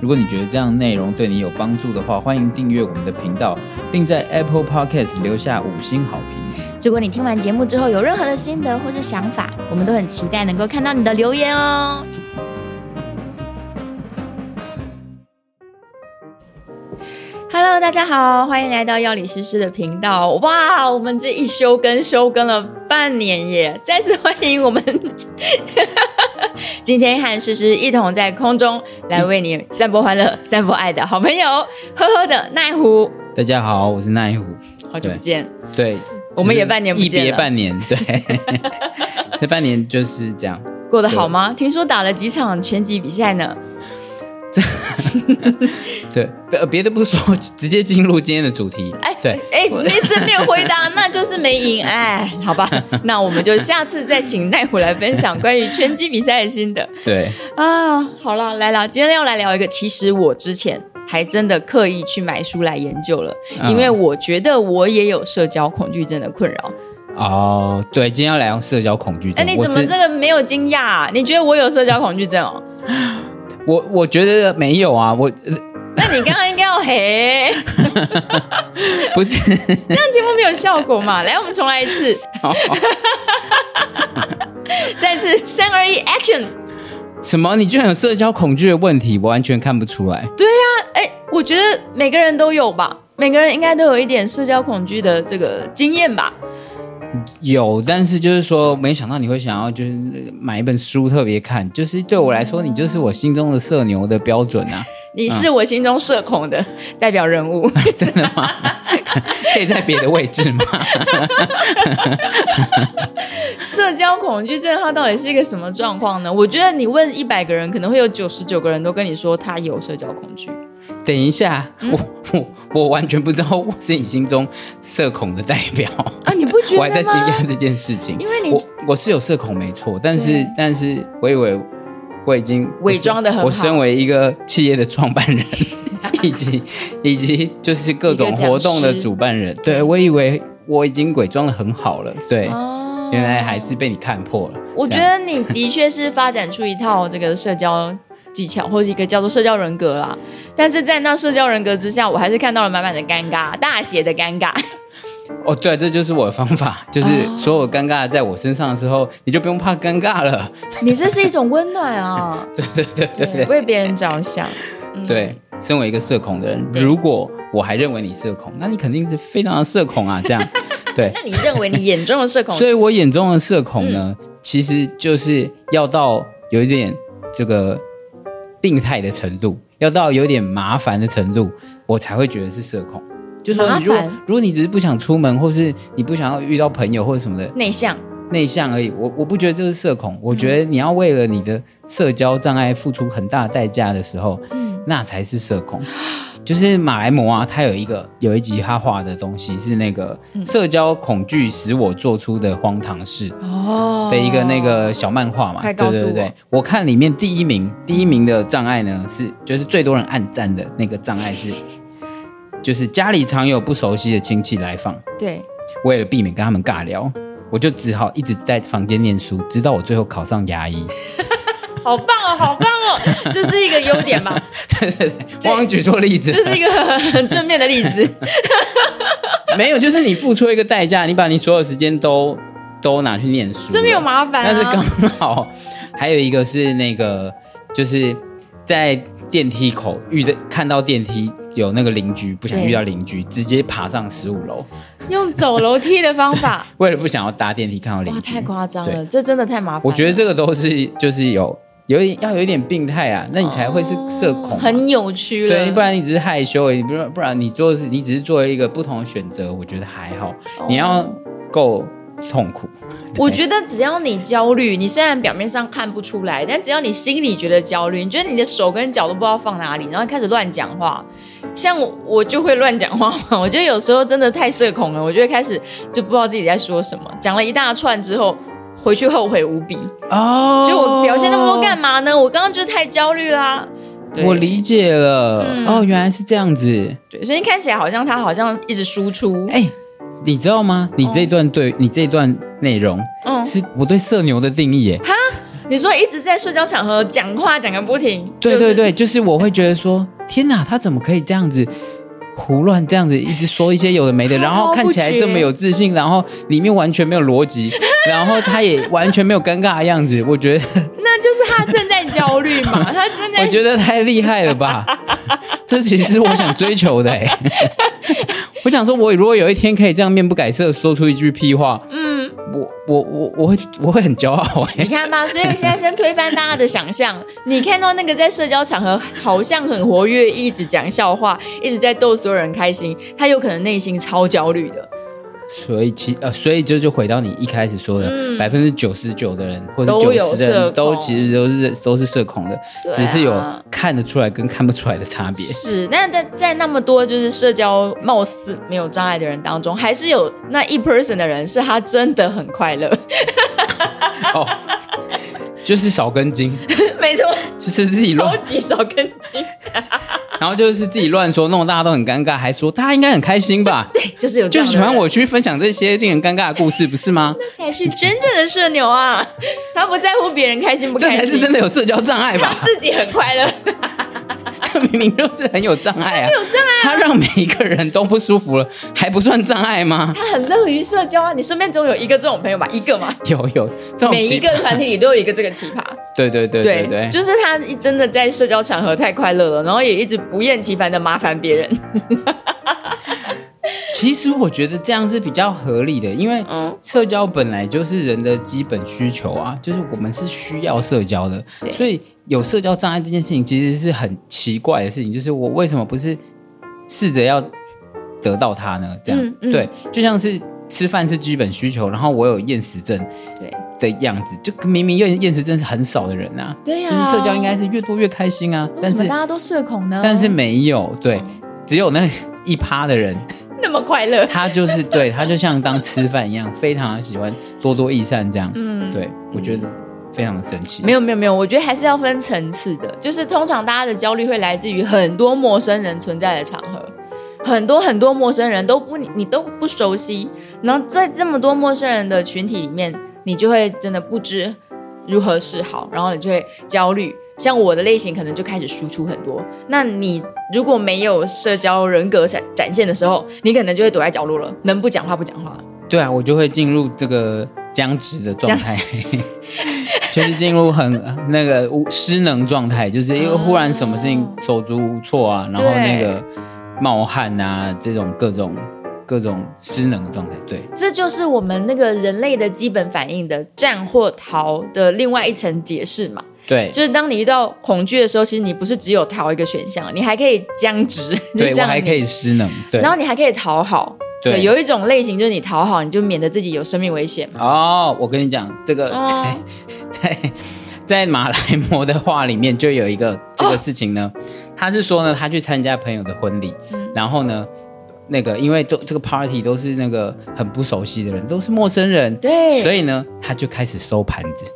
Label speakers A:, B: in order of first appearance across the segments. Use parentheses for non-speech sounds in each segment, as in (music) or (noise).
A: 如果你觉得这样内容对你有帮助的话，欢迎订阅我们的频道，并在 Apple Podcast 留下五星好评。
B: 如果你听完节目之后有任何的心得或是想法，我们都很期待能够看到你的留言哦。Hello，大家好，欢迎来到药理诗诗的频道。哇，我们这一休更休更了半年耶！再次欢迎我们今天和诗诗一同在空中来为你散播欢乐、散播爱的好朋友，呵呵的奈虎，
A: 大家好，我是奈虎。
B: 好久不见。
A: 对，
B: 我们也
A: 就是
B: 半年不
A: 一
B: 见了
A: 别半年，对，
B: (laughs)
A: 这半年就是这样。
B: 过得好吗？听说打了几场拳击比赛呢？
A: 对，别别的不说， (laughs) 直接进入今天的主题。
B: 哎，
A: 对，
B: 哎，你正面回答，那就是没赢。
A: (laughs)
B: 哎，好吧，那我们就下次再请奈虎来分享关于拳击比赛的心得
A: 对，
B: 啊。好了，来了，今天要来聊一个，其实我之前还真的刻意去买书来研究了，
A: 嗯
B: 因为我觉得我也有社交恐惧症的困扰。
A: 哦，对，今天要来用社交恐惧
B: 哎，
A: 症。
B: 你怎么
A: 我是
B: 这个没有惊讶啊、你觉得我有社交恐惧症哦？
A: 我我觉得没有啊，我呃
B: 那你刚刚应该要嘿，
A: 不是。 (laughs)
B: 这样节目没有效果 (laughs) 嘛？来，我们重来一次。再次三二一，Action！
A: 什么？你居然有社交恐惧的问题？我完全看不出来。
B: 哎，我觉得每个人都有吧，每个人应该都有一点社交恐惧的这个经验吧。
A: 有，但是就是说，没想到你会想要就是买一本书特别看，就是对我来说，你就是我心中的社牛的标准啊！
B: 你是我心中社恐的代表人 (laughs) 物。
A: 真的吗？可以在别的位置吗？
B: 社交恐惧症它到底是一个什么状况呢？我觉得你问一百个人，可能会有九十九个人都跟你说他有社交恐惧。
A: 等一下，我我我完全不知道我是你心中社恐的代表，
B: 啊，你不觉得
A: 我
B: 吗？
A: 还在惊讶这件事情。
B: 因为你
A: 我我是有社恐没错，但是
B: 对
A: 但是我以为我已经
B: 伪装得很好
A: 我身为一个企业的创办
B: (laughs)
A: 人，以及以及就是各种活动的主办人，对我以为我已经伪装的很好了，对，
B: 哦
A: 原来还是被你看破了。
B: 我觉
A: 这样
B: 得你的确是发展出一套这个社交技巧，或是一个叫做社交人格啦。但是在那社交人格之下，我还是看到了满满的尴尬，大写的尴尬。
A: 哦，对，这就是我的方法，就是
B: 哦
A: 所有尴尬在我身上的时候，你就不用怕尴尬了。
B: 你这是一种温暖啊， (laughs) 对对对对为别人着想。嗯
A: 对，身为一个社恐的人，如果我还认为你社恐，那你肯定是非常的社恐啊，这
B: (laughs)
A: 样，对。
B: 那你认为你眼中的社恐
A: 所以我眼中的社恐呢，
B: 嗯
A: 其实就是要到有一点这个病态的程度，要到有点麻烦的程度，我才会觉得是社恐。就是说，你如果
B: 麻烦
A: 如果你只是不想出门，或是你不想要遇到朋友或者什么的
B: 内向？
A: 内向而已，我我不觉得这是社恐。我觉得你要为了你的社交障碍付出很大的代价的时候，
B: 嗯
A: 那才是社恐。就是马来貘啊，他有一个有一集他画的东西是那个
B: 嗯
A: 社交恐惧使我做出的荒唐事
B: 哦
A: 的一个那个小漫画嘛，
B: 快
A: 对
B: 告诉
A: 对
B: 我
A: 对对，我看里面第一名第一名的障碍呢是就是最多人暗赞的那个障碍是，就是家里常有不熟悉的亲戚来访，
B: 对，
A: 为了避免跟他们尬聊，我就只好一直在房间念书，直到我最后考上牙医。 (laughs)
B: 好棒哦，好棒 (laughs) 哦，这是一个优点吧？
A: 我刚举错例子了，
B: 这是一个很正面的例子。
A: (laughs) 没有，就是你付出一个代价，你把你所有时间都都拿去念书了，
B: 这边有麻烦啊
A: 但是刚好还有一个是那个，就是在电梯口遇的，看到电梯有那个邻居，不想
B: 对
A: 遇到邻居，直接爬上十五楼，
B: 用走楼梯的方 (laughs) 法，
A: 为了不想要搭电梯看到邻
B: 哇，
A: 居，
B: 太夸张
A: 对
B: 了，这真的太麻烦了。
A: 我觉得这个都是就是有有一要有一点病态啊，那你才会是社恐嘛、
B: 很扭曲了，
A: 对，不然你只是害羞而已，不然不然你做的是你只是做一个不同的选择，我觉得还好。你要够痛苦。
B: 我觉得只要你焦虑，你虽然表面上看不出来，但只要你心里觉得焦虑，你觉得你的手跟脚都不知道放哪里，然后开始乱讲话，像我我就会乱讲话嘛。 (laughs) 我觉得有时候真的太社恐了，我就会开始就不知道自己在说什么，讲了一大串之后。回去后悔无比，
A: 哦
B: 就我表现那么多干嘛呢？我刚刚就是太焦虑啦。对
A: 我理解了，
B: 嗯
A: 哦，原来是这样子。
B: 对，所以看起来好像他好像一直输出，
A: 哎、你知道吗？你这一段对、你这一段内容，
B: 嗯
A: 是我对社牛的定义耶。
B: 你说一直在社交场合讲话讲个不停，
A: 对
B: 就是
A: 对对，就是我会觉得说， (laughs) 天哪，他怎么可以这样子胡乱这样子一直说一些有
B: (laughs)
A: 的没的，
B: 滔滔
A: 然后看起来
B: 不绝
A: 这么有自信，然后里面完全没有
B: (laughs)
A: 逻辑，然后他也完全没有尴尬的样子，我觉得
B: 那就是他正在焦虑嘛，
A: (laughs)
B: 他正在，
A: 我觉得太厉害了吧，这其实是我想追求
B: (laughs)
A: 的哎。我想说，我如果有一天可以这样面不改色说出一句屁话，嗯，我我我我会我会很骄傲哎。
B: (laughs) 你看吧，所以现在先推翻大家的想象，你看到那个在社交场合好像很活跃，一直讲笑话，一直在逗所有人开心，他有可能内心超焦虑的，
A: 所以其呃，所以这就回到你一开始说的，百分之九十九的人或
B: 嗯
A: 者
B: 都
A: 九
B: 有
A: 十的
B: 社
A: 人
B: 恐
A: 都其实都是都是社恐的，
B: 对啊
A: 只是有看得出来跟看不出来的差
B: (laughs)
A: 别。
B: 是，但在在那么多就是社交貌似没有障碍的人当中，还是有那一 person 的人是他真的很快乐， (laughs)
A: 哦，就是少根筋，
B: 没错，
A: 就是自己
B: 超 (laughs)
A: 乱，
B: 级少
A: (laughs)
B: 根筋，
A: 然后就是自己乱说，弄得大家都很尴尬，还说大家应该很开心吧？
B: 就是有这
A: 哎就
B: 样的
A: 喜欢
B: 人
A: 我去分享这些令人尴尬的故事，不是吗？
B: 才是真正的社牛啊！他不在乎别人开心 (laughs) 不
A: 这
B: 开心，
A: 才是真的有社交障碍吧
B: 他？自己很快乐。
A: 这明明就是很有障碍啊！有障碍、他让每一个人都不舒服了，还不算障碍吗？ (laughs)
B: 他很乐于社交啊！你身边总有一个这种朋友吧？一个嘛，
A: 有有，这种
B: 每
A: 奇
B: 一个团体里都有一个这个奇葩。
A: 对 (laughs) 对对对对，
B: 就是他真的在社交场合太快乐了，然后也一直不厌其烦的麻烦别人。
A: 其实我觉得这样是比较合理的，因为
B: 嗯
A: 社交本来就是人的基本需求啊，就是我们是需要社交的，所以有社交障碍这件事情其实是很奇怪的事情，就是我为什么不是试着要得到它呢？这样、
B: 嗯嗯
A: 对，就像是吃饭是基本需求，然后我有厌食症
B: 对
A: 的样子，就明明厌厌食症是很少的人啊，
B: 对呀、
A: 就是社交应该是越多越开心啊，
B: 为
A: 但
B: 什么
A: 是
B: 大家都社恐呢？哦
A: 但是没有，对，只有那一趴的人。
B: 那么快乐，
A: 他就是对他就像当吃饭一样，非常喜欢多多益善这样。嗯，对我觉得非常的神奇。
B: 没
A: 有
B: 有没有没有，我觉得还是要分层次的，就是通常大家的焦虑会来自于很多陌生人存在的场合，很多很多陌生人都不你你都不熟悉，然后在这么多陌生人的群体里面，你就会真的不知如何是好，然后你就会焦虑。像我的类型可能就开始输出很多，那你如果没有社交人格展展现的时候，你可能就会躲在角落了，能不讲话不讲话。
A: 对啊，我就会进入这个僵直的状态， (laughs) 就是进入很那个无失能状态，就是因为忽然什么事情手足无措啊，然后那个冒汗啊，这种各种各种失能的状态。对，
B: 这就是我们那个人类的基本反应的战或逃的另外一层解释嘛。
A: 对，
B: 就是当你遇到恐惧的时候，其实你不是只有逃一个选项，你还可以僵直，
A: (laughs)
B: 就
A: 对我
B: 像
A: 还可
B: 以，
A: 以失能。对
B: 然，后你还可以讨好。
A: 对
B: 有一种类型就是你讨好，你就免得自己有生命危
A: (laughs)
B: 险嘛。
A: 哦，我跟你讲，这个在、
B: 哦
A: (laughs) 在在马来貘的话里面就有一个这个事情呢，
B: 哦
A: 他是说呢，他去参加朋友的婚礼，
B: 嗯
A: 然后呢。那个，因为都这个 party 都是那个很不熟悉的人，都是陌生人，
B: 对
A: 所以呢，他就开始收盘子，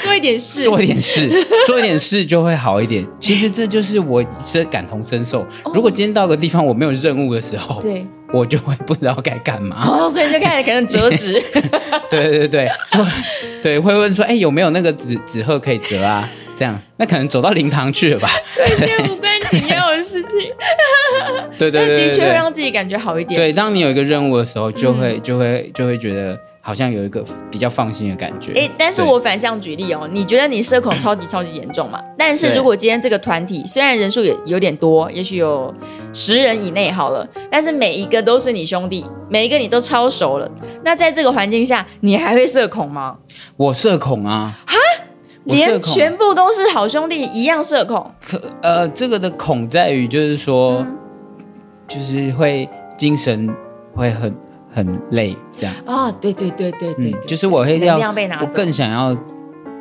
B: 做一点事，
A: 做一点
B: (laughs)
A: 事，做一点事就会好一点。其实这就是我深感同身受。如果今天到个地方我没有任务的时候，
B: 哦对，
A: 我就会不知道该干嘛。
B: 哦，所以你就开始可
A: (laughs)
B: 能折纸，
A: 对对对，就对 (laughs) 会问说，哎、有没有那个纸纸鹤可以折啊？这样，那可能走到灵堂去
B: (laughs)
A: 了吧？
B: 做一些无关紧要的事情，但
A: 对 (laughs) 对对对
B: 的
A: 对
B: 确会
A: 对。
B: 让嗯自己感觉好一点。
A: 对，当你有一个任务的时候，就会、就会就会觉得好像有一个比较放心的感觉。
B: 哎、但是
A: 对
B: 我反向举例哦，你觉得你社恐超级超级严重嘛？但是
A: 对
B: 如果今天这个团体虽然人数也有点多，也许有十人以内好了，但是每一个都是你兄弟，每一个你都超熟了，那在这个环境下，你还会社恐吗？
A: 我社恐啊，哈，我社
B: 连
A: 恐。
B: 全部都是好兄弟一样社恐，
A: 可呃，这个的
B: 嗯
A: 恐在于就是说，就是会精神会很很累，这样。
B: 啊，对对对对对
A: 嗯
B: 对，，
A: 就是我会
B: 能
A: 要
B: 量被拿
A: 我
B: 走嗯
A: 更想要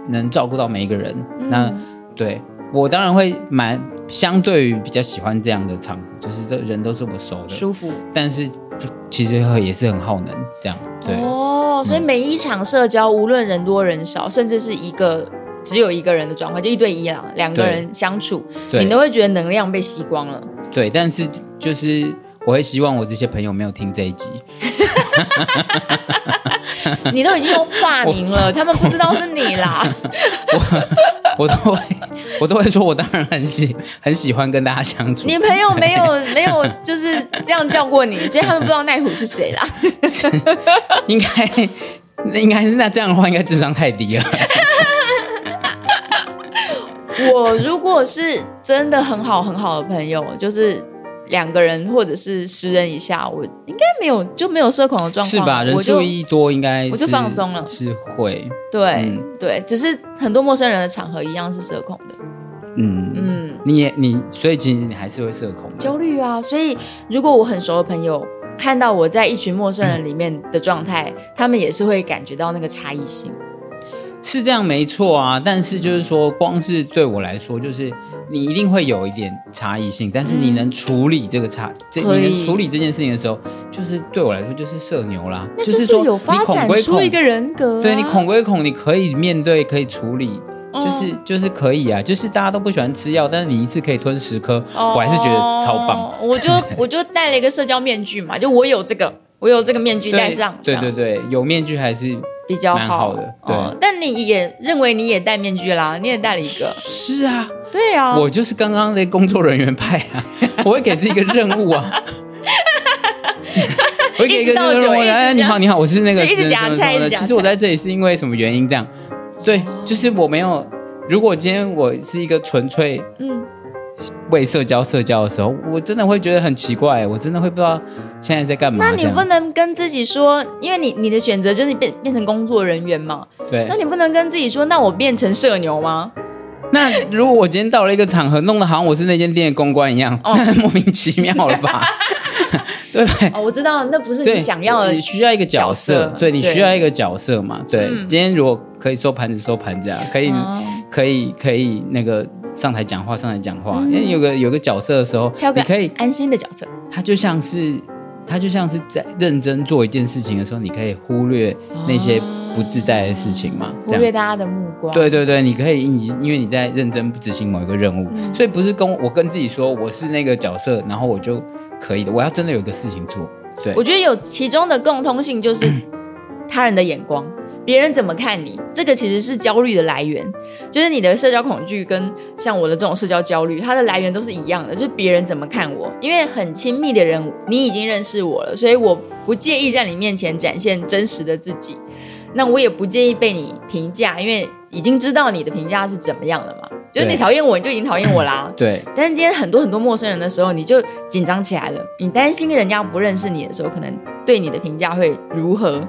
A: 能照顾到每一个人。那对我当然会蛮相对于比较喜欢这样的场合，就是这人都是我熟的，
B: 舒服。
A: 但是就其实会也是很耗能这样。对，
B: 哦，所以每一场社交，无论人多人少，甚至是一个只有一个人的状况，就一对一啊，两个
A: 对
B: 人相处，你都
A: 对
B: 会觉得能量被吸光
A: (laughs)
B: 了。
A: 对，但是就是我会希望我这些朋友没有听这一
B: (laughs)
A: 集，
B: 你都已经用化名了，他们不知道是你
A: (laughs)
B: 啦。
A: 我都会我都会说，我当然很喜很喜欢跟大家相处。
B: 你朋友没有没有就是这样叫过你，所以他们不知道奈虎是谁啦。
A: 应该。那应该是那这样的话，应该智商太低了。
B: 我如果是真的很好很好的朋友，就是两个人或者是十人以下，我应该没有就没有社恐的状况，
A: 是吧？人
B: 我就
A: 数一多，应该
B: 我就是放松了
A: 是会，
B: 对、
A: 嗯
B: 对，只是很多陌生人的场合一样是社恐的，
A: 嗯
B: 嗯，
A: 你也你，所以其实你还是会社恐的。
B: 焦虑啊。所以如果我很熟的朋友看到我在一群陌生人里面的状态，他们也是会感觉到那个差异性。
A: 是这样没错啊，但是就是说，光是对我来说，就是你一定会有一点差异性，但是你能处理这个差，这
B: 嗯可以
A: 你能处理这件事情的时候，就是对我来说就是社牛啦，
B: 那
A: 是
B: 是
A: 说
B: 有
A: 你
B: 发
A: 恐
B: 展
A: 归
B: 出
A: 恐，
B: 一个人格、啊，
A: 对你恐归恐，你可以面对，可以处理。
B: 嗯
A: 就是就是可以啊，就是大家都不喜欢吃药，但是你一次可以吞十颗，我还是觉得超棒。
B: 哦。
A: (laughs)
B: 我就我就戴了一个社交面具嘛，就我有这个，我有这个面具戴上，
A: 对
B: 这
A: 对
B: 样
A: 对，有面具还是
B: 比较
A: 蛮好的对
B: 哦但你也认为你也戴面具啦，你也戴了一个，
A: 是啊，
B: 对啊，
A: 我就是刚刚的工作人员派啊，我会给自己一个任务
B: (laughs)
A: 啊，我会给
B: 一
A: 个任
B: 直倒
A: 务
B: 酒一直这样
A: 啊，哎，你好，你好，我是那个
B: 就一直
A: 什么
B: 夹
A: 什么
B: 菜
A: 什么
B: 一直
A: 的。
B: 夹
A: 其实我
B: 菜
A: 在这里是因为什么原因这样？对，就是我没有。如果今天我是一个纯粹
B: 嗯，
A: 为社交社交的时候，我真的会觉得很奇怪，我真的会不知道现在在干嘛。
B: 那你
A: 这样
B: 不能跟自己说，因为你你的选择就是你变变成工作人员嘛，
A: 对
B: 那？你不能跟自己说，那我变成社牛吗？
A: 那如果我今天到了一个场合，弄得好像我是那间店的公关一样，
B: 哦
A: (laughs) 莫名其妙了吧？ (laughs) 对不对？
B: (laughs) 哦，我知道，那不是
A: 对，
B: 你想要的
A: 你需要一个角
B: 角
A: 色
B: 色，
A: 对你
B: 对
A: 需要一个角色嘛？对，
B: 嗯
A: 今天如果可以收盘子收盘子啊，可以、
B: 哦
A: 可以可以那个上台讲话上台讲话，因为有个有个角色的时候
B: 嗯挑，个
A: 你可以，
B: 安心的角色，
A: 他就像是他就像是在认真做一件事情的时候，你可以忽略那些不自在的事情嘛，
B: 哦忽
A: 这
B: 略
A: 样。
B: 大家的目光，
A: 对对对，你可以你因为你在认真执行某一个任务，
B: 嗯
A: 所以不是跟我跟自己说我是那个角色，然后我就可以的。我要真的有个事情做，对
B: 我觉得有其中的共通性就是
A: (clears throat)
B: 他人的眼光，别人怎么看你，这个其实是焦虑的来源。就是你的社交恐惧跟像我的这种社交焦虑，它的来源都是一样的，就是别人怎么看我。因为很亲密的人，你已经认识我了，所以我不介意在你面前展现真实的自己。那我也不介意被你评价，因为已经知道你的评价是怎么样了嘛。就是你
A: 对
B: 讨厌我，你就已经讨厌我啦。
A: 对
B: 但是今天很多很多陌生人的时候，你就紧张起来了，你担心人家不认识你的时候，可能对你的评价会如何？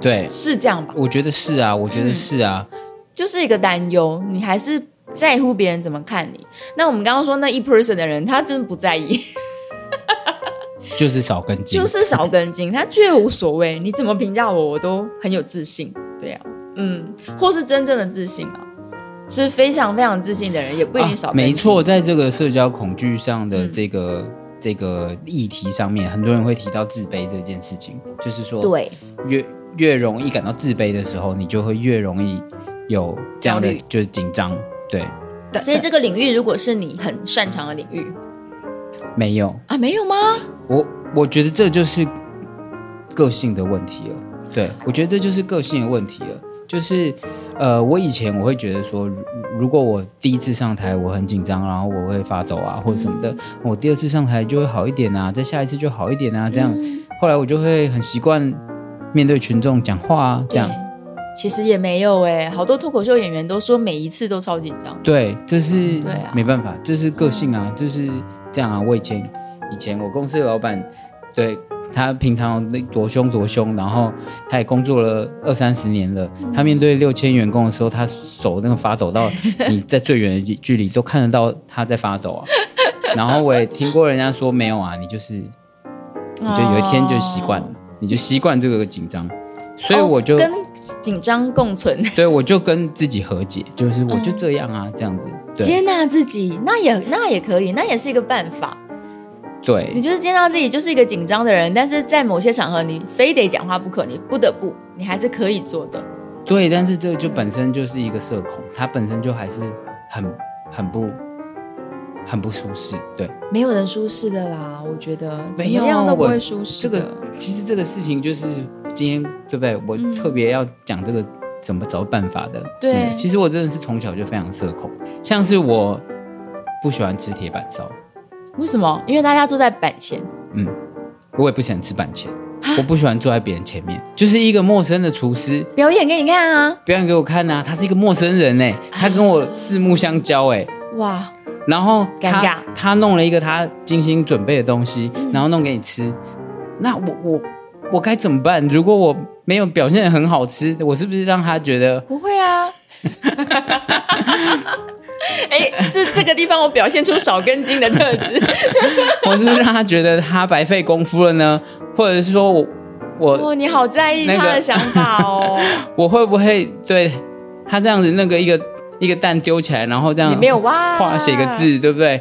A: 对。
B: 是这样吧？
A: 我觉得是
B: 嗯
A: 啊，我觉得是啊，
B: 就是一个担忧，你还是在乎别人怎么看你。那我们刚刚说那一 person 的人，他真的不在意，
A: 就是少根筋，
B: 就是少根筋，他却无所谓，你怎么评价我，我都很有自信。对啊，嗯，或是真正的自信啊，是非常非常自信的人，也不一定少、嗯
A: 啊。没错，，在这个社交恐惧上的这个、这个议题上面，很多人会提到自卑这件事情，就是说
B: 对，
A: 越越容易感到自卑的时候，你就会越容易有这样的
B: 焦虑
A: 就是紧张。对，
B: 所以这个领域如果是你很擅长的领域
A: 没有，
B: 啊，没有吗？
A: 我我觉得这就是个性的问题了。对，我觉得这就是个性的问题了。就是呃，我以前我会觉得说，如如果我第一次上台我很紧张，然后我会发抖啊或者什么的，我第二次上台就会好一点啊，再下一次就好一点啊，这样。后来我就会很习惯面对群众讲话啊，这样。
B: 对。其实也没有哎、好多脱口秀演员都说每一次都超紧张。
A: 对，这是
B: 对啊嗯
A: 没办法，这是个性啊，就是这样啊。我以前以前我公司的老板，对他平常多凶多凶，然后他也工作了二三十年了，
B: 嗯
A: 他面对六千员工的时候，他手那个发抖到你在最远的距离都看得到他在
B: (laughs)
A: 发抖啊。然后我也听过人家说没有啊，你就是你就有一天就习惯了，你就习惯这个紧张，所以我就、
B: 哦跟紧张共存，
A: 对我就跟自己和解，就是我就
B: 嗯
A: 这样啊，这样子，
B: 接
A: 对
B: 纳自己，那也那也可以，那也是一个办法。你
A: 对
B: 就是接纳自己就是一个紧张的人，但是在某些场合你非得讲话不可，你不得不，你还是可以做的。
A: 对，但是这个就本身就是一个社恐，它本身就还是很很不很不舒适，对。
B: 没有人舒适的啦，我觉得怎
A: 没
B: 么
A: 有啊
B: 样都不
A: 我
B: 会舒适
A: 这
B: 的。
A: 个其实这个事情就是今天对不对？我特别要讲这个怎么找办法的。
B: 嗯
A: 嗯
B: 对
A: 其实我真的是从小就非常社恐，像是我不喜欢吃铁板烧，
B: 为什么？因为大家坐在板前，
A: 我也不喜欢吃板前，
B: 啊
A: 我不喜欢坐在别人前面，就是一个陌生的厨师
B: 表演给你看啊！
A: 表演给我看呐、他是一个陌生人哎、他跟我四目相交哎、
B: 哇，
A: 然后他
B: 尴尬嗯
A: 他弄了一个他精心准备的东西，然后弄给你吃，那我我我该怎么办？如果我没有表现的很好吃，我是不是让他觉得 (laughs)
B: 不会啊！哎、这这个地方我表现出少根筋的特质，
A: (laughs) 我是不是让他觉得他白费功夫了呢？或者是说我我
B: 哦，你好在意
A: 那个
B: 他的想法
A: (laughs)
B: 哦，
A: 我会不会对他这样子那个一个一个蛋丢起来，然后这
B: 你
A: 样
B: 没有哇，
A: 嗯画写个，
B: 啊
A: 字，对不对？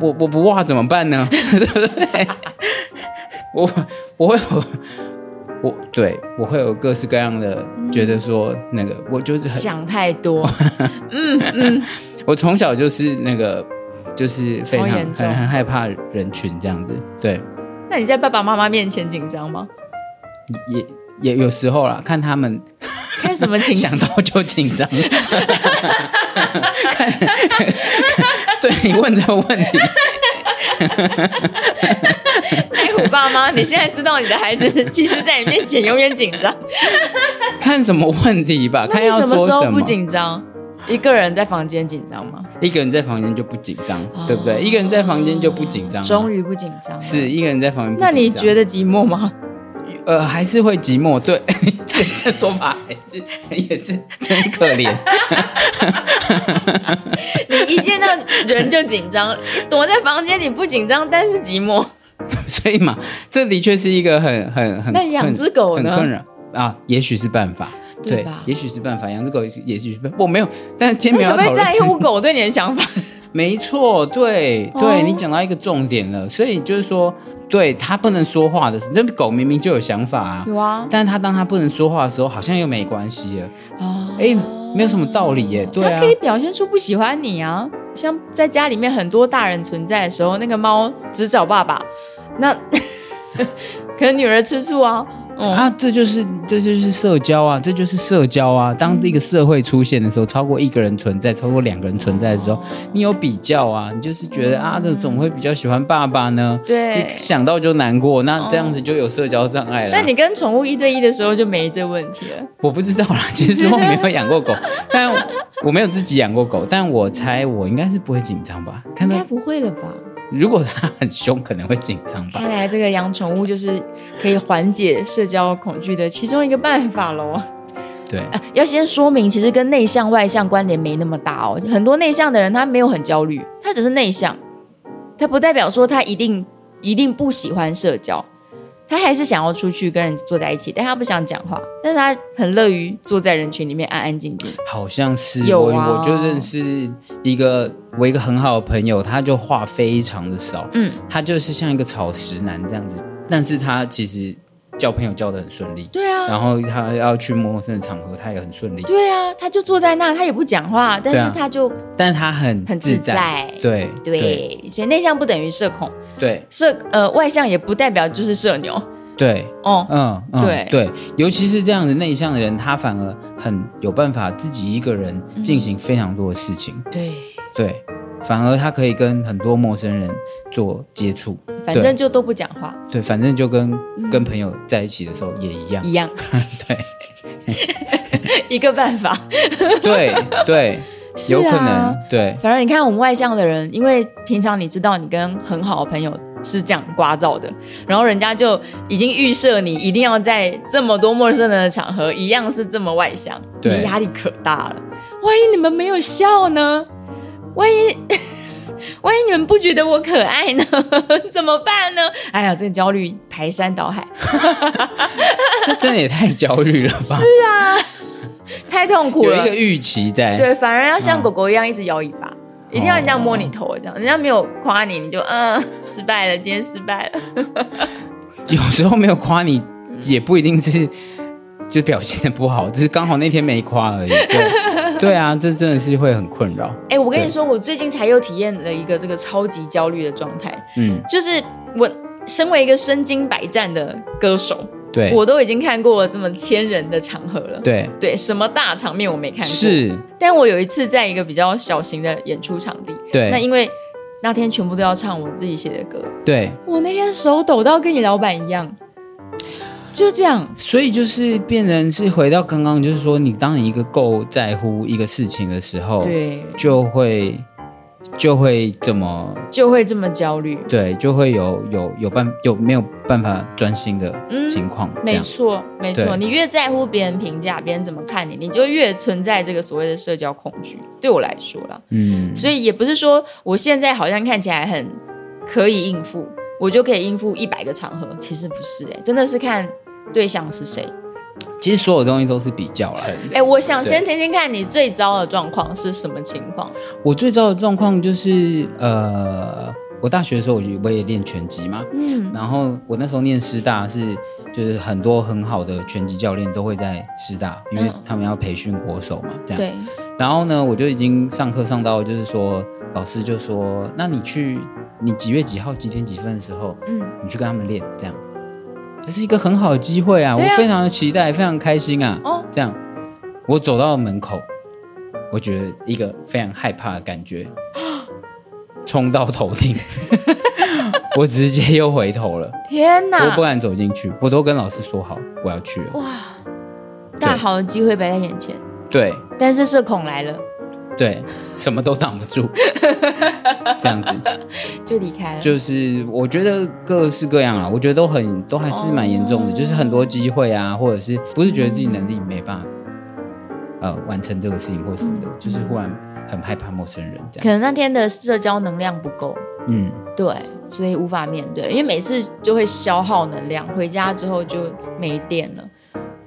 A: 我我不画怎么办
B: (laughs)
A: 呢？对不对？我我会有我对我会有各式各样的觉得说那个我就是很
B: 嗯想太
A: (laughs)
B: 多，
A: 我从小就是那个就是非常
B: 超严重
A: 很很害怕人群这样子，对，
B: 那你在爸爸妈妈面前紧张吗？
A: 也也有时候啦，看他们
B: 看什么情
A: 想
B: 形？
A: 到就紧
B: (laughs)
A: 张。看， (laughs) 对你问这个问题，
B: 爱虎哎爸
A: (laughs)
B: 妈，你现在知道你的孩子其实在你面前永远紧张，
A: 看什么问题吧，
B: 那
A: 看
B: 你
A: 要
B: 什
A: 说
B: 时候
A: 什
B: 不
A: 么。
B: 紧张？一个人在房间紧张吗？
A: 一个人在房间就不紧张，对不对？一个人在房间就不紧张啊，
B: 哦终于不紧张了。
A: 是一个人在房间不紧
B: 那
A: 张。
B: 你觉得寂寞吗？
A: 呃还是会寂寞？对， (laughs) 这这说法还是也是真可怜。 (laughs)
B: 你一见到人就紧张， (laughs) 躲在房间里不紧张，但是寂寞。
A: 哎所以嘛，这的确是一个很很很
B: 那养只狗呢
A: 很困扰啊，也许是办法，
B: 对
A: 对
B: 吧，
A: 也许是办法，养只狗也许也许是办我没有，但今天没
B: 你
A: 有
B: 会
A: 要
B: 不
A: 讨
B: 会在
A: 论。
B: 乎狗对你的
A: (laughs)
B: 想法？
A: 没错，对
B: 哦
A: 对，你讲到一个重点了，所以就是说，对它不能说话的时候，这狗明明就有想法啊，
B: 有啊，
A: 但它当它不能说话的时候，好像又没关系了，
B: 哦，
A: 哎、没有什么道理耶，对
B: 它
A: 啊
B: 可，以表现出不喜欢你啊。像在家里面很多大人存在的时候，那个猫只找爸爸，那 (laughs) 可能女儿吃醋啊。嗯，
A: 啊，这就是这就是社交啊，这就是社交啊。当这个社会出现的时候，超过一个人存在，超过两个人存在的时候，你有比较啊，你就是觉得啊，这总会比较喜欢爸爸呢。
B: 嗯对哦
A: 一想到就难过，那这样子就有社交障碍了。
B: 但你跟宠物一对一的时候就没这问题了。
A: 我不知道啦，其实我没有养过狗，但我没有自己养过狗，但我猜我应该是不会紧张吧？看到
B: 不会了吧？
A: 如果它很凶，可能会紧张吧
B: 看。来这个养宠物就是可以缓解社交恐惧的其中一个办法喽。
A: 对，
B: 啊 (laughs) 要先说明，其实跟内向外向关联没那么大哦。很多内向的人他没有很焦虑，他只是内向，他不代表说他一定一定不喜欢社交，他还是想要出去跟人坐在一起，但他不想讲话，但是他很乐于坐在人群里面安安静静。
A: 好像是
B: 有
A: 我
B: 啊
A: 我就认识一个我一个很好的朋友，他就话非常的少，
B: 嗯，
A: 他就是像一个草食男这样子，但是他其实交朋友交的很顺利，
B: 对啊，
A: 然后他要去陌生的场合，他也很顺利，
B: 对啊，他就坐在那，他也不讲话，但是
A: 对啊
B: 他就
A: 但他很
B: 很
A: 自
B: 自在
A: 对对
B: 对，所以内向不等于社恐，
A: 对
B: 社呃外向也不代表就是社牛
A: 对，
B: 哦。
A: 嗯，嗯
B: 对
A: 对，尤其是这样子内向的人，他反而很有办法自己一个人
B: 嗯
A: 进行非常多的事情，
B: 对，
A: 对，反而他可以跟很多陌生人做接触，
B: 反
A: 对
B: 正就都不讲话
A: 对，反正就跟、
B: 嗯
A: 跟朋友在一起的时候也一样。
B: 一样，
A: (laughs) 对
B: (laughs) 一个办法。
A: 对
B: (laughs)
A: 对，
B: 是
A: 有可
B: 啊
A: 能
B: (laughs)
A: 对
B: 反正你看我们外向的人，因为平常你知道你跟很好的朋友是这样聒噪的，然后人家就已经预设你一定要在这么多陌生人的场合一样是这么外向，你
A: 对
B: 压力 (laughs) 可大了。万一你们没有笑呢？万一万一你远不觉得我可爱呢？ (laughs) 怎么办呢？哎呀，这个焦虑排山倒海，
A: 这真的也太焦虑了吧？
B: 啊太痛苦
A: 有
B: 了
A: 一。个预期在，
B: 对，反而要像
A: 嗯
B: 狗狗一样一直摇尾
A: 哦
B: 巴，一定要人家摸你头，这样人家没有夸你，你就嗯 (laughs) 失败了，今天失败
A: (laughs)
B: 了。
A: 有时候没有夸你，
B: 嗯
A: 也不一定是就表现的不好，只是刚好那天没夸而已。对对啊，这真的是会很困扰。
B: 哎、我跟你
A: 对
B: 说，我最近才又体验了一个这个超级焦虑的状态，
A: 嗯，
B: 就是我身为一个身经百战的歌手，
A: 对，
B: 我都已经看过这么千人的场合了。
A: 对
B: 对，什么大场面我没看过，
A: 是，
B: 但我有一次在一个比较小型的演出场地，那
A: 对
B: 因为那天全部都要唱我自己写的歌，
A: 对，
B: 我那天手抖到跟你老板一样，就这样。
A: 所以就是变成是回到刚刚，就是说，你当你一个够在乎一个事情的时候，
B: 对，
A: 就会就会怎么
B: 就会这么焦虑。
A: 对，就会有有有办有没有办法专心的
B: 嗯
A: 情况，这
B: 没
A: 样
B: 错，没错，
A: 对
B: 你越在乎别人评价、别人怎么看你，你就越存在这个所谓的社交恐惧。对我来说啦，
A: 嗯，
B: 所以也不是说我现在好像看起来很可以应付，我就可以应付一百个场合，其实不是哎、真的是看对象是谁。
A: 其实所有东西都是比较啦。
B: 哎、我想
A: 对
B: 先听听看你最糟的状况是什么情况。
A: 我最糟的状况就是，呃，我大学的时候我就我也练拳击嘛，
B: 嗯，
A: 然后我那时候念师大是，就是很多很好的拳击教练都会在师大，因为
B: 嗯
A: 他们要培训国手嘛，这样。
B: 对，
A: 然后呢，我就已经上课上到，就是说老师就说，那你去你几月几号几点几分的时候，
B: 嗯，
A: 你去跟他们练，这样，这是一个很好的机会啊，
B: 对啊
A: 我非常的期待，非常开心啊。
B: 哦
A: 这样，我走到门口，我觉得一个非常害怕的感觉冲到头
B: (laughs)
A: 顶，我直接又回头了，
B: 天
A: 我
B: 哪
A: 不，敢走进去，我都跟老师说好我要去了。
B: 哇，大好的机会摆在眼前，
A: 对
B: 但是社恐来了
A: 对，什么都挡不
B: (laughs)
A: 住，这样子。
B: 就离开了。
A: 就是我觉得各式各样啊，我觉得都很都还是蛮严重
B: 哦
A: 的，就是很多机会啊，或者是不是觉得自己能力没办法呃完成这个事情或什么
B: 嗯
A: 的，就是忽然很害怕陌生人这
B: 可
A: 样。
B: 能那天的社交能量不够，
A: 嗯，
B: 对，啊所以无法面对，因为每次就会消耗能量，回家之后就没电了。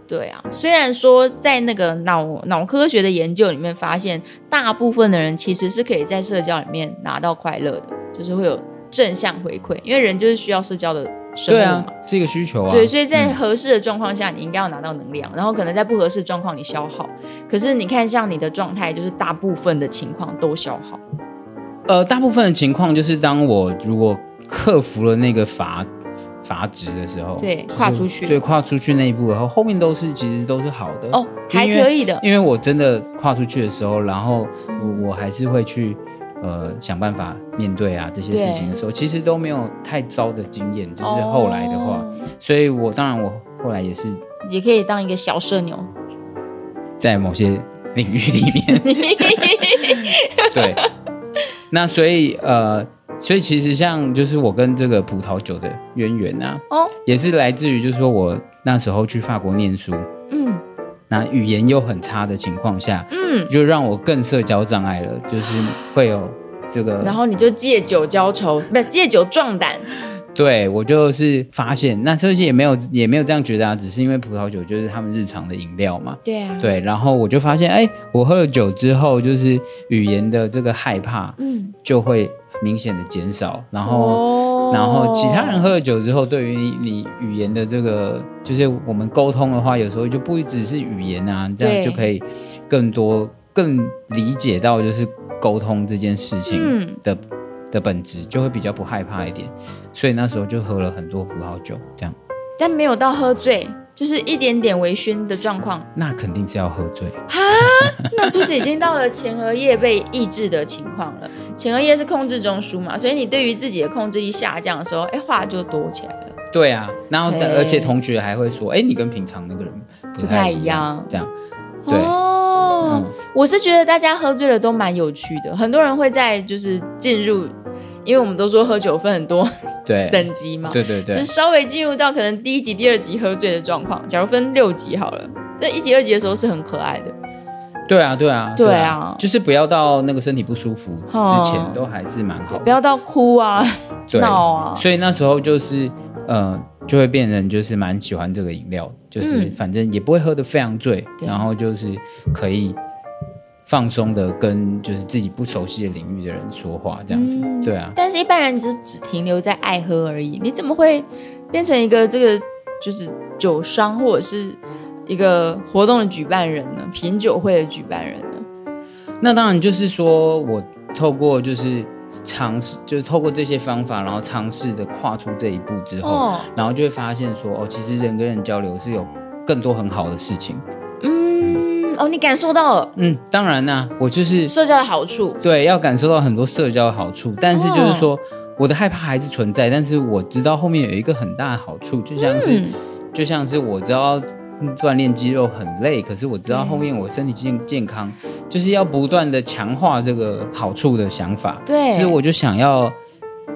B: 对啊，虽然说在那个脑脑科学的研究里面发现，大部分的人其实是可以在社交里面拿到快乐的，就是会有正向回馈，因为人就是需要社交的生物
A: 对
B: 嘛。
A: 啊，这个需求啊，
B: 对，所以在
A: 嗯
B: 合适的状况下，你应该要拿到能量，然后可能在不合适的状况你消耗。可是你看，像你的状态，就是大部分的情况都消耗。
A: 呃，大部分的情况就是当我如果克服了那个阀阀值的时候，
B: 对
A: 就是
B: 跨出去
A: 对，跨出去那一步，然后后面都是其实都是好的
B: 哦，
A: 就
B: 还
A: 因为
B: 可以的，
A: 因为我真的跨出去的时候，然后我我还是会去呃想办法面对啊这些事情的时候，其实都没有太糟的经验，就是后来的话，
B: 哦
A: 所以我当然我后来也是
B: 也可以当一个小社牛。
A: 在某些领域里
B: (laughs)
A: 面，对，那所以呃，所以其实像就是我跟这个葡萄酒的渊源啊，
B: 哦，
A: 也是来自于就是说我那时候去法国念书，
B: 嗯
A: 那语言又很差的情况下，
B: 嗯，
A: 就让我更社交障碍了，就是会有这个。
B: 然后你就借酒浇愁，不是借酒壮胆。
A: 对我就是发现，那这些也没有也没有这样觉得啊，只是因为葡萄酒就是他们日常的饮料嘛。
B: 对啊，
A: 对，然后我就发现，哎，我喝了酒之后，就是语言的这个害怕
B: 嗯，
A: 就会明显的减少，然后。
B: 哦
A: 然后其他人喝了酒之后，对于你你语言的这个，就是我们沟通的话，有时候就不只是语言啊，这
B: 对
A: 样就可以更多更理解到就是沟通这件事
B: 嗯
A: 情的、的本质，就会比较不害怕一点。所以那时候就喝了很多葡萄酒，这样
B: 但没有到喝醉，就是一点点微醺的状 (laughs) 况。
A: 那肯定是要喝醉。
B: 那就是已经到了前额叶被抑制的情况了。前额叶是控制中枢嘛，所以你对于自己的控制力下降的时候，哎，话就多起来了。
A: 对啊，然后
B: 嘿
A: 而且同学还会说，哎，你跟平常那个人不
B: 不太
A: 太
B: 一
A: 一
B: 样
A: 这样对
B: 哦
A: 嗯
B: 我是觉得大家喝醉了都蛮有趣的，很多人会在就是进入，因为我们都说喝酒分很多
A: 对
B: 等级嘛，
A: 对对
B: 就
A: 对
B: 是稍微进入到可能第一集、第二集喝醉的状况。假如分六集好了，在一集、二集的时候是很可爱的，
A: 对啊，对啊，
B: 对啊
A: 就是不要到那个身体不舒服
B: 哦
A: 之前都还是蛮好
B: 不要到哭啊、
A: 对
B: 闹啊。
A: 所以那时候就是呃，就会变成就是蛮喜欢这个饮料，就是
B: 嗯
A: 反正也不会喝得非常醉，
B: 对
A: 然后就是可以放松的跟就是自己不熟悉的领域的人说话，这样子，
B: 嗯
A: 对啊，
B: 但是一般人就只停留在爱喝而已，你怎么会变成一个这个就是酒商或者是一个活动的举办人呢？品酒会的举办人呢？
A: 那当然就是说我透过就是尝试，就是透过这些方法，然后尝试的跨出这一步之后，
B: 哦，
A: 然后就会发现说，哦，其实人跟人交流是有更多很好的事情。
B: 嗯，哦，你感受到了
A: 嗯，当然啦、我就是
B: 社交的好处，
A: 对要感受到很多社交的好处，但是就是
B: 哦
A: 说。我的害怕还是存在，但是我知道后面有一个很大的好处，就像是、
B: 嗯，
A: 就像是我知道嗯锻炼肌肉很累，可是我知道后面我身体健健康，就是要不断的强化这个好处的想法。
B: 对
A: 其实我就想要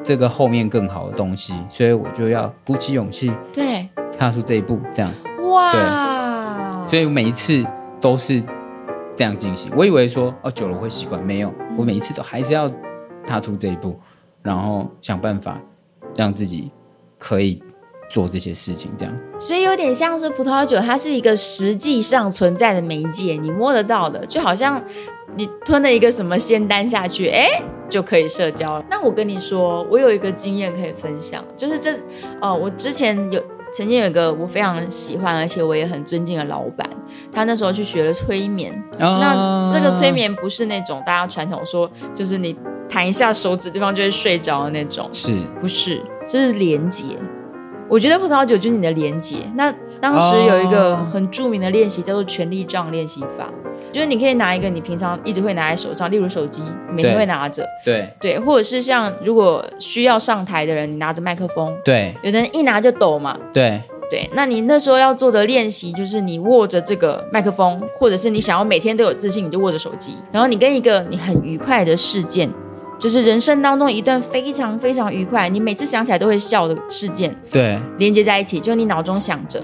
A: 这个后面更好的东西，所以我就要鼓起勇气
B: 对，
A: 踏出这一步，这样。
B: 哇，
A: 所以每一次都是这样进行。我以为说哦久了我会习惯，没有，
B: 嗯
A: 我每一次都还是要踏出这一步，然后想办法让自己可以做这些事情，这样。
B: 所以有点像是葡萄酒，它是一个实际上存在的媒介，你摸得到的，就好像你吞了一个什么仙丹下去，哎、就可以社交了。那我跟你说，我有一个经验可以分享，就是这哦，我之前有曾经有一个我非常喜欢，而且我也很尊敬的老板，他那时候去学了催眠，
A: 啊
B: 那这个催眠不是那种大家传统说就是你弹一下手指，对方就会睡着的那种，
A: 啊是
B: 不是，这是连接。我觉得葡萄酒就是你的连接。那当时有一个
A: 哦
B: 很著名的练习叫做权力杖练习法，就是你可以拿一个你平常一直会拿在手上，例如手机，你每天
A: 对
B: 会拿着，
A: 对
B: 对，或者是像如果需要上台的人，你拿着麦克风，
A: 对
B: 有的人一拿就抖嘛，
A: 对
B: 对，那你那时候要做的练习就是你握着这个麦克风，或者是你想要每天都有自信，你就握着手机，然后你跟一个你很愉快的事件，就是人生当中一段非常非常愉快，你每次想起来都会笑的事件
A: 对
B: 连接在一起，就你脑中想着，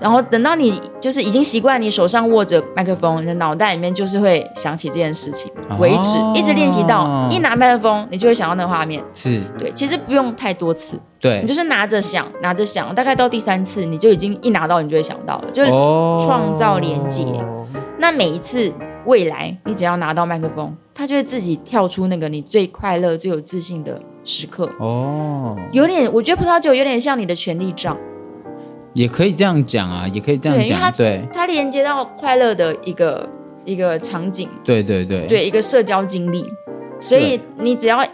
B: 然后等到你就是已经习惯你手上握着麦克风，你的脑袋里面就是会想起这件事情为止，
A: 哦
B: 一直练习到一拿麦克风，你就会想到那个画面。
A: 是，
B: 对，其实不用太多次。
A: 对
B: 你就是拿着想，拿着想，大概到第三次，你就已经一拿到，你就会想到了。就是
A: 哦
B: 创造连接那每一次未来，你只要拿到麦克风，它就会自己跳出那个你最快乐、最有自信的时刻。
A: 哦，
B: 有点，我觉得葡萄酒有点像你的权力杖，
A: 也可以这样讲啊，也可以这
B: 对
A: 样
B: 因为它
A: 讲，对
B: 它连接到快乐的一个一个场景，
A: 对对对
B: 对一个社交经历。所以你只要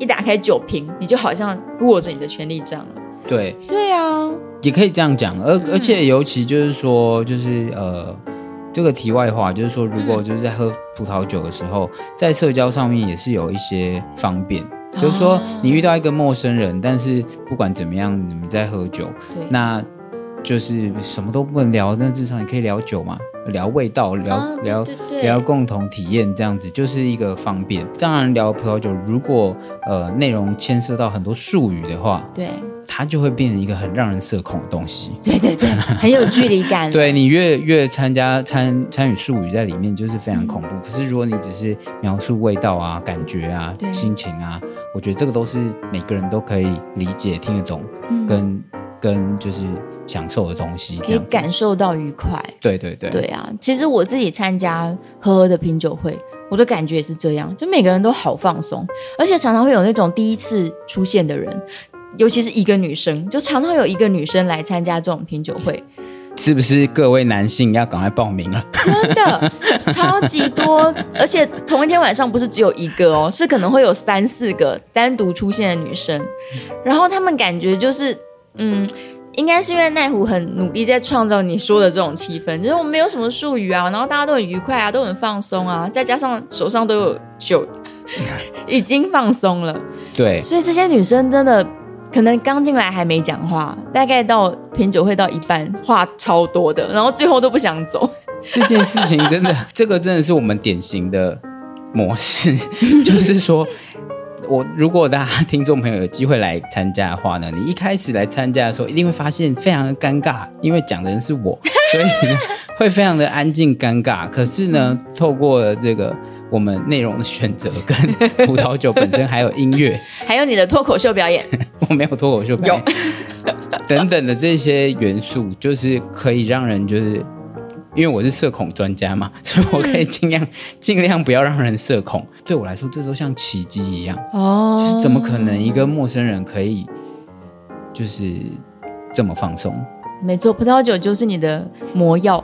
B: 一打开酒瓶，你就好像握着你的权力杖了。
A: 对，
B: 对啊，
A: 也可以这样讲，
B: 嗯
A: 而而且尤其就是说，就是呃，这个题外话，就是说，如果
B: 嗯
A: 就是在喝葡萄酒的时候，在社交上面也是有一些方便，
B: 哦
A: 就是说你遇到一个陌生人，但是不管怎么样，你们在喝酒，
B: 对，
A: 那就是什么都不能聊，但至少你可以聊酒嘛，聊味道，聊、
B: 啊对
A: 聊
B: 对对
A: 聊共同体验，这样子就是一个方便。当然，聊葡萄酒如果呃内容牵涉到很多术语的话，
B: 对
A: 它就会变成一个很让人社恐的东西。
B: 对对对，很有距离感。
A: 对你越越参加参参与术语在里面，就是非常恐怖。
B: 嗯
A: 可是如果你只是描述味道啊、感觉啊
B: 对、
A: 心情啊，我觉得这个都是每个人都可以理解、听得懂，跟跟就是享受的东西。
B: 嗯可
A: 这
B: 以
A: 样子
B: 感受到愉快。
A: 对对对
B: 对啊，其实我自己参加呵呵的品酒会，我的感觉也是这样，就每个人都好放松，而且常常会有那种第一次出现的人，尤其是一个女生，就常常有一个女生来参加这种品酒会，
A: 是不是各位男性要赶快报名啊了？
B: 真的超级多，而且同一天晚上不是只有一个哦，是可能会有三四个单独出现的女生，然后她们感觉就是，嗯，应该是因为奈虎很努力在创造你说的这种气氛，就是我们没有什么术语啊，然后大家都很愉快啊，都很放松啊，再加上手上都有酒，已经放松了，
A: 对，
B: 所以这些女生真的。可能刚进来还没讲话，大概到品酒会到一半，话超多的，然后最后都不想走。
A: 这件事情真的，这个真的是我们典型的模式，就是说。我如果大家听众朋友有机会来参加的话呢，你一开始来参加的时候，一定会发现非常的尴尬，因为讲的人是我，所以呢，会非常的安静尴尬。可是呢，透过了这个我们内容的选择跟葡萄酒本身，还有音乐，
B: 还有你的脱口秀表演，
A: (laughs) 我没有脱口秀表演等等的这些元素，就是可以让人就是。因为我是社恐专家嘛，
B: 嗯
A: 所以我可以尽量、尽量不要让人社恐。对我来说，这都像奇迹一样。
B: 哦
A: 就是怎么可能一个陌生人可以就是这么放松？
B: 没错，葡萄酒就是你的魔药。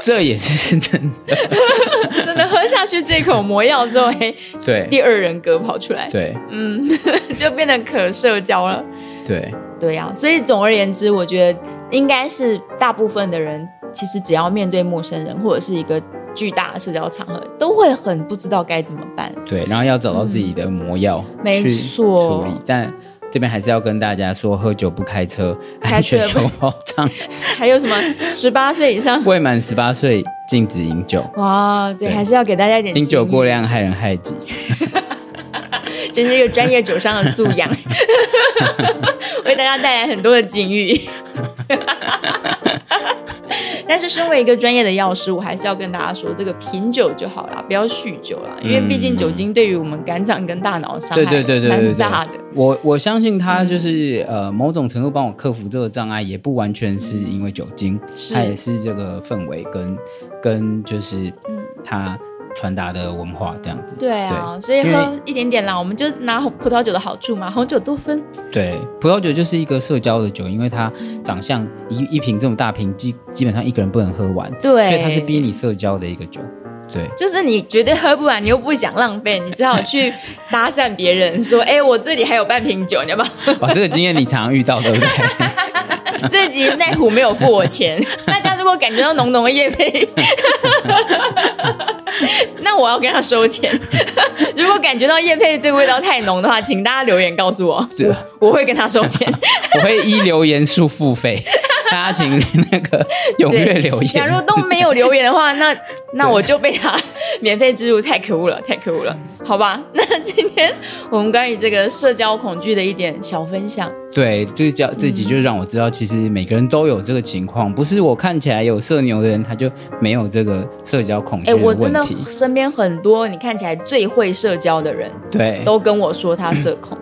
A: 这也是真
B: (laughs)
A: 的，
B: (laughs) 真的喝下去这口魔药之后，嘿，
A: 对
B: 第二人格跑出来，
A: 对
B: 嗯， (laughs) 就变得可社交了。
A: 对
B: 对呀、所以总而言之，我觉得应该是大部分的人，其实只要面对陌生人或者是一个巨大的社交场合，都会很不知道该怎么办。
A: 对，然后要找到自己的魔药
B: 嗯没
A: 去
B: 错
A: 处理，但。这边还是要跟大家说，喝酒不开车，
B: 开
A: 安
B: 车
A: 全有保障。
B: 还有什么十八岁以上？
A: 未满十八岁禁止饮酒，
B: 哇，对，
A: 对
B: 还是要给大家一点
A: 饮酒
B: 建议
A: 过，量害人害己。
B: 这是一个专业酒商的素
A: (laughs)
B: 养，为大家带来很多的警
A: (laughs)
B: 语。但是，身为一个专业的药师，我还是要跟大家说，这个品酒就好啦，不要酗酒啦，因为毕竟酒精对于我们肝脏跟大脑的伤害
A: 嗯对对对对对
B: 蛮
A: 对
B: 大的。
A: 我我相信他就是、呃，某种程度帮我克服这个障碍，也不完全是因为酒精，
B: 是
A: 它也是这个氛围跟跟就是他传达的文化这样子。
B: 对啊，所以
A: 因为
B: 喝一点点啦，我们就拿红葡萄酒的好处嘛，红酒多酚。
A: 对，葡萄酒就是一个社交的酒，因为它长相一一瓶这么大瓶，基基本上一个人不能喝完，
B: 对
A: 所以它是逼你社交的一个酒。对，
B: 就是你绝对喝不完，你又不想浪费，你只好去搭讪别人，说：“哎、我这里还有半瓶酒，你要不要
A: 哇，这个经验你常遇到，对不对？
B: (laughs) 这集奈虎没有付我钱，大家如果感觉到浓浓的夜配， (laughs) 那我要跟他收钱。如果感觉到夜配这个味道太浓的话，请大家留言告诉我，
A: 是啊
B: 我会跟他收
A: (laughs)
B: 钱。
A: 我会依留言数付费，大家请那个踊跃留言。
B: 假如都没有留言的话，
A: (laughs)
B: 那那我就被他 (laughs) 免费植入，太可恶了，太可恶了，好吧？那今天我们关于这个社交恐惧的一点小分享，
A: 对，这叫这集就让我知道，其实每个人都有这个情况，不是我看起来有社牛的人，他就没有这个社交恐惧
B: 哎、
A: 的
B: 我
A: 问
B: 真的
A: 题。
B: 身边很多你看起来最会社交的人，
A: 对，
B: 都跟我说他社恐。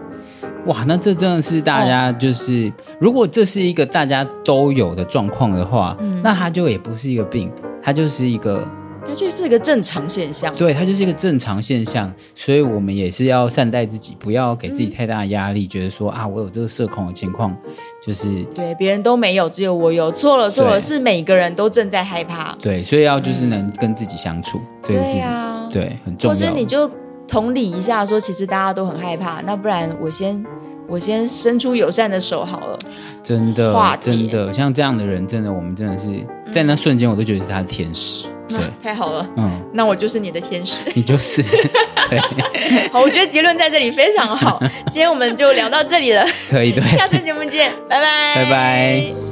A: 哇，那这真的是大家
B: 哦
A: 就是，如果这是一个大家都有的状况的话，
B: 嗯
A: 那它就也不是一个病，它就是一个，
B: 它就是一个正常现象。
A: 对，它就是一个正常现象。所以我们也是要善待自己，不要给
B: 嗯
A: 自己太大的压力，觉得说啊，我有这个社恐的情况，就是
B: 对，别人都没有，只有我有。错了，错了，
A: 对
B: 是每个人都正在害怕。
A: 对，所以要就是能跟自己相处，这个是
B: 嗯对啊
A: 对很重
B: 或
A: 要。
B: 是你就同理一下，说其实大家都很害怕，那不然我先我先伸出友善的手好了。
A: 真的
B: 化，解
A: 真的，像这样的人，真的，我们真的是在那瞬间，我都觉得是他的天使。对，
B: 啊太好了，
A: 嗯，
B: 那我就是你的天使。 (laughs)
A: 你就是， (laughs) 对，
B: 好，我觉得结论在这里
A: (laughs)
B: 非常好。今天我们就聊到这里了， (laughs)
A: 可以，对。
B: 下次节目见，拜拜，
A: 拜拜。